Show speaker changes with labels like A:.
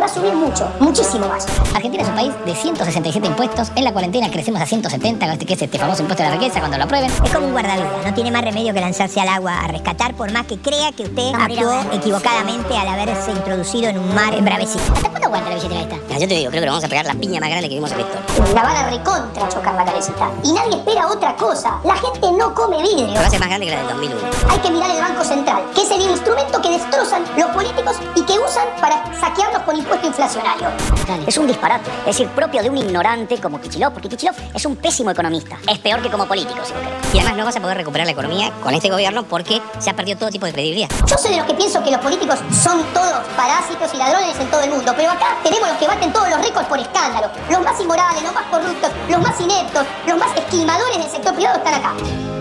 A: va a subir mucho, muchísimo más.
B: Argentina es un país de 167 impuestos. En la cuarentena crecemos a 170, que es este famoso impuesto de la riqueza cuando lo aprueben.
C: Es como un guardavidas, no tiene más remedio que lanzarse al agua a rescatar, por más que crea que usted
A: No, mira,
C: actuó
A: bueno.
C: equivocadamente al haberse introducido en
B: Ah,
C: un mar embravecido.
B: ¿Hasta cuándo aguanta la billetera esta? Mira, Ah, yo te digo, creo que lo vamos a pegar la piña más grande que vimos en esto.
A: La van a recontra chocar la cabecita. Y nadie espera otra cosa. La gente no come vidrio.
B: Pero va a ser más grande que la del 2001.
A: Hay que mirar el Banco Central, que es el instrumento que destrozan los políticos y que usan para saquearnos con impuesto inflacionario.
B: Dale.
D: Es un disparate, es decir, propio de un ignorante como Kichilov, porque Kichilov es un pésimo economista. Es peor que como político, si vos querés.
B: Y además no vas a poder recuperar la economía con este gobierno porque se ha perdido todo tipo de credibilidad.
A: Yo soy de los que pienso que los políticos son todos parásitos y ladrones en todo el mundo, pero acá tenemos los que baten todos los récords por escándalo. Los más inmorales, los más corruptos, los más ineptos, los más esquimadores del sector privado están acá.